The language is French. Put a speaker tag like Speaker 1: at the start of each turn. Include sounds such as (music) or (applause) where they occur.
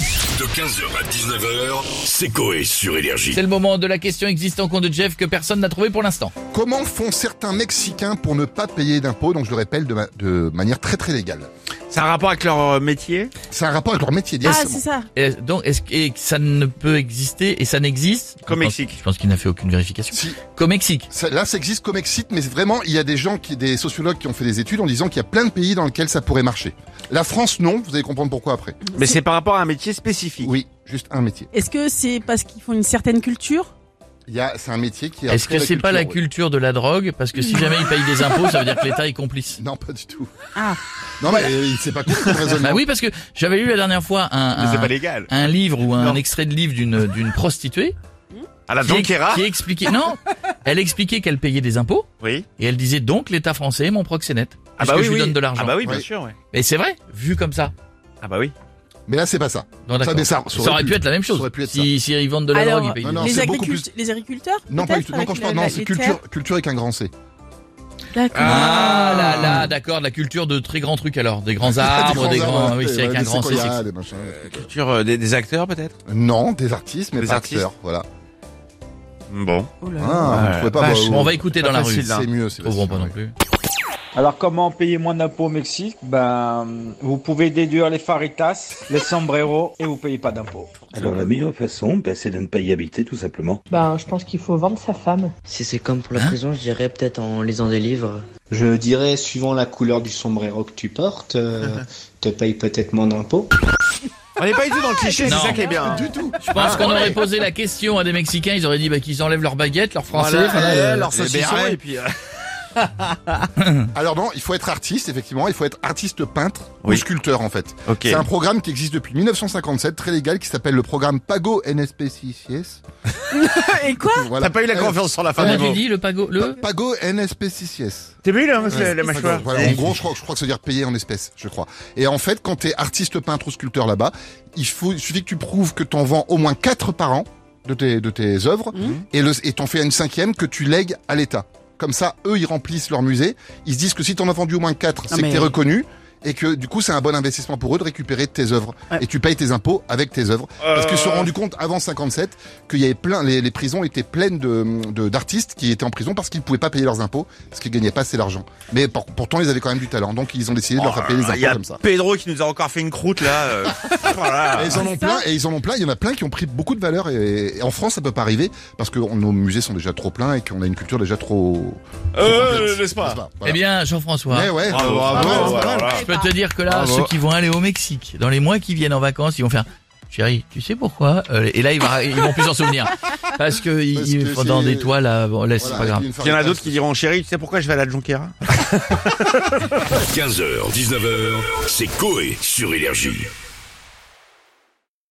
Speaker 1: De 15h à 19h, c'est Coé sur Énergie.
Speaker 2: C'est le moment de la question existant compte de Jeff que personne n'a trouvé pour l'instant.
Speaker 3: Comment font certains Mexicains pour ne pas payer d'impôts Donc je le rappelle de, ma- de manière très très légale.
Speaker 4: C'est un rapport avec leur euh, métier
Speaker 3: C'est un rapport avec leur métier.
Speaker 5: Ah,
Speaker 3: directement.
Speaker 5: c'est ça.
Speaker 2: Et donc, est-ce que et que ça ne peut exister et ça n'existe
Speaker 4: Qu'au
Speaker 2: Je pense-
Speaker 4: Mexique.
Speaker 2: Je pense qu'il n'a fait aucune vérification.
Speaker 3: Si,
Speaker 2: Qu'au Mexique.
Speaker 3: ça- là, ça existe comme excite, mais vraiment, il y a des gens, qui, des sociologues qui ont fait des études en disant qu'il y a plein de pays dans lesquels ça pourrait marcher. La France, non. Vous allez comprendre pourquoi après.
Speaker 4: Mais c'est par rapport à un métier spécifique.
Speaker 3: Oui, juste un métier.
Speaker 5: Est-ce que c'est parce qu'ils font une certaine culture
Speaker 3: Il y a, c'est un métier qui. a
Speaker 2: Est-ce
Speaker 3: pris
Speaker 2: que c'est pas la
Speaker 3: ouais.
Speaker 2: culture de la drogue Parce que si jamais il paye des impôts, ça veut dire que l'État est
Speaker 4: (laughs)
Speaker 2: complice.
Speaker 3: Non, pas du tout.
Speaker 5: Ah.
Speaker 3: Non, mais euh, c'est pas cool comme
Speaker 2: (laughs)
Speaker 3: raisonnement.
Speaker 2: Bah oui, parce que j'avais lu la dernière fois
Speaker 4: Mais
Speaker 2: un,
Speaker 4: c'est pas
Speaker 2: un,
Speaker 4: légal.
Speaker 2: un livre ou un
Speaker 4: Non.
Speaker 2: extrait de livre d'une d'une prostituée
Speaker 4: À la
Speaker 2: qui, ex-
Speaker 4: Donquera
Speaker 2: qui expliquait non, elle expliquait qu'elle payait des impôts
Speaker 4: Oui.
Speaker 2: et elle disait donc l'État français est mon proxénète parce que je lui donne de l'argent.
Speaker 4: Ah bah oui, bien
Speaker 3: Oui.
Speaker 4: sûr, ouais.
Speaker 2: Et c'est vrai, vu comme ça.
Speaker 4: Ah bah oui.
Speaker 3: Mais là, c'est pas ça.
Speaker 2: Non,
Speaker 3: Ça,
Speaker 2: d'accord.
Speaker 3: mais ça,
Speaker 2: Ça aurait pu être la même chose.
Speaker 3: Ça aurait pu être ça.
Speaker 2: si, si ils vendent de la
Speaker 5: Alors,
Speaker 2: drogue, ils payent
Speaker 3: Non,
Speaker 2: des-
Speaker 3: non,
Speaker 5: les,
Speaker 3: c'est beaucoup
Speaker 5: agricultu- les agriculteurs
Speaker 3: Non, pas du
Speaker 5: peut-être,
Speaker 3: tout. Non,
Speaker 5: avec
Speaker 3: quand je
Speaker 5: la-
Speaker 3: parle, non,
Speaker 5: la-
Speaker 3: c'est
Speaker 5: les
Speaker 3: culture,
Speaker 5: terres
Speaker 3: culture avec un grand C.
Speaker 5: D'accord.
Speaker 2: Ah là là, d'accord, de la culture de très grands trucs alors,
Speaker 3: (laughs)
Speaker 2: des grands arbres, des grands,
Speaker 3: arbres,
Speaker 2: oui, c'est avec
Speaker 3: ouais,
Speaker 2: un
Speaker 3: des
Speaker 2: grand C.
Speaker 3: séquoias, des machins.
Speaker 4: Culture euh, des, acteurs peut-être
Speaker 3: Non, des artistes, mais
Speaker 4: Des
Speaker 3: pas
Speaker 4: artistes.
Speaker 3: acteurs, voilà.
Speaker 4: Bon.
Speaker 5: Oh là là.
Speaker 3: Ah, vous
Speaker 4: Ouais,
Speaker 3: trouvez pas
Speaker 4: vache.
Speaker 3: bah,
Speaker 2: Bon, on va
Speaker 3: ouais.
Speaker 2: écouter
Speaker 4: C'est
Speaker 2: dans
Speaker 4: pas
Speaker 2: la
Speaker 4: facile, hein.
Speaker 2: rue.
Speaker 4: là.
Speaker 3: C'est mieux, c'est
Speaker 2: Trouveront pas
Speaker 3: facile,
Speaker 2: non plus.
Speaker 6: Alors comment payer moins d'impôts au Mexique Ben, vous pouvez déduire les faritas, les sombreros et vous payez pas d'impôts.
Speaker 7: Alors la meilleure façon, bah, c'est de ne pas y habiter tout simplement.
Speaker 8: Ben, je pense qu'il faut vendre sa femme.
Speaker 9: Si c'est comme pour la
Speaker 2: Hein
Speaker 9: prison, je dirais peut-être en lisant des livres.
Speaker 10: Je dirais, suivant la couleur du sombrero que tu portes, euh, te paye peut-être moins d'impôts.
Speaker 4: On n'est pas du tout dans le cliché, c'est
Speaker 2: Non.
Speaker 4: ça qui est bien.
Speaker 3: Du tout.
Speaker 2: Je pense qu'on aurait posé la question à des Mexicains, ils auraient dit bah, qu'ils enlèvent leurs baguettes, leurs français.
Speaker 4: Voilà,
Speaker 2: enfin, là,
Speaker 4: et
Speaker 2: euh,
Speaker 4: leur
Speaker 2: les
Speaker 4: saucisson
Speaker 2: berrets.
Speaker 4: et puis euh,
Speaker 3: Alors non, il faut être artiste, effectivement. Il faut être artiste peintre ou
Speaker 4: Oui.
Speaker 3: sculpteur, en fait.
Speaker 4: OK.
Speaker 3: C'est un programme qui existe depuis 1957, très légal, qui s'appelle le programme Pago NSPCIS.
Speaker 5: Et quoi
Speaker 3: Voilà.
Speaker 4: Ah, T'as pas eu la
Speaker 3: Euh,
Speaker 4: confiance sur la fin
Speaker 2: Comment
Speaker 4: du
Speaker 2: tu
Speaker 4: mot.
Speaker 2: dis le pago le
Speaker 3: Pa- Pago NSPCIS.
Speaker 4: T'es vu là,
Speaker 5: Ouais,
Speaker 4: c'est la
Speaker 5: c'est
Speaker 4: mâchoire
Speaker 3: Voilà, en gros, je crois, je crois que ça veut dire payer en espèces, je crois. Et en fait, quand t'es artiste peintre ou sculpteur là-bas, il, faut, il suffit que tu prouves que t'en vends au moins 4 par an de tes, de tes œuvres
Speaker 5: Mhm.
Speaker 3: et le- et t'en fais une cinquième que tu lègues à l'État. Comme ça, eux, ils remplissent leur musée. Ils se disent que si t'en as vendu au moins 4, c'est
Speaker 5: mais- euh,
Speaker 3: que t'es reconnu. Et que du coup, c'est un bon investissement pour eux de récupérer tes œuvres.
Speaker 5: Ouais.
Speaker 3: Et tu payes tes impôts avec tes œuvres. Parce qu'ils se
Speaker 4: Euh.
Speaker 3: sont rendus compte avant 57 qu'il y avait plein, les, les prisons étaient pleines de, de- d'artistes qui étaient en prison parce qu'ils pouvaient pas payer leurs impôts, parce qu'ils gagnaient pas assez d'argent. Mais por- pourtant, ils avaient quand même du talent, donc ils ont décidé de leur faire payer les
Speaker 4: Oh, y
Speaker 3: impôts
Speaker 4: a
Speaker 3: comme ça.
Speaker 4: Pedro qui nous a encore fait une croûte là.
Speaker 3: (laughs)
Speaker 4: euh, voilà.
Speaker 3: Et ils en ont
Speaker 5: c'est
Speaker 3: plein,
Speaker 5: ça
Speaker 3: et ils en ont plein. Il y en a plein qui ont pris beaucoup de valeur, et, et en France, ça peut pas arriver parce que on- nos musées sont déjà trop pleins et qu'on a une culture déjà trop. trop
Speaker 4: Euh,
Speaker 3: complète.
Speaker 4: n'est-ce pas
Speaker 3: Voilà.
Speaker 2: Eh bien, Jean-François,
Speaker 3: Mais ouais,
Speaker 4: Bravo,
Speaker 3: euh,
Speaker 4: bravo,
Speaker 3: ouais, c'est
Speaker 4: voilà,
Speaker 3: pas mal.
Speaker 4: voilà.
Speaker 2: Ah, je
Speaker 5: bah,
Speaker 2: peux te dire que là,
Speaker 4: Bravo.
Speaker 2: ceux qui vont aller au Mexique dans les mois qui viennent en vacances, ils vont faire Chérie, tu sais pourquoi Euh, Et là, ils, vont- ils vont plus s'en
Speaker 3: (laughs)
Speaker 2: souvenir. Parce que
Speaker 3: Parce
Speaker 2: ils
Speaker 3: que
Speaker 2: font dans
Speaker 3: c'est-
Speaker 2: des toiles, là, bon, là, c'est
Speaker 3: Voilà,
Speaker 2: pas grave.
Speaker 3: avec une
Speaker 4: Il y en a
Speaker 3: farine
Speaker 4: d'autres qui diront chérie, tu sais pourquoi je vais à la Jonquera
Speaker 1: 15h, 19h, c'est Coé sur Énergie.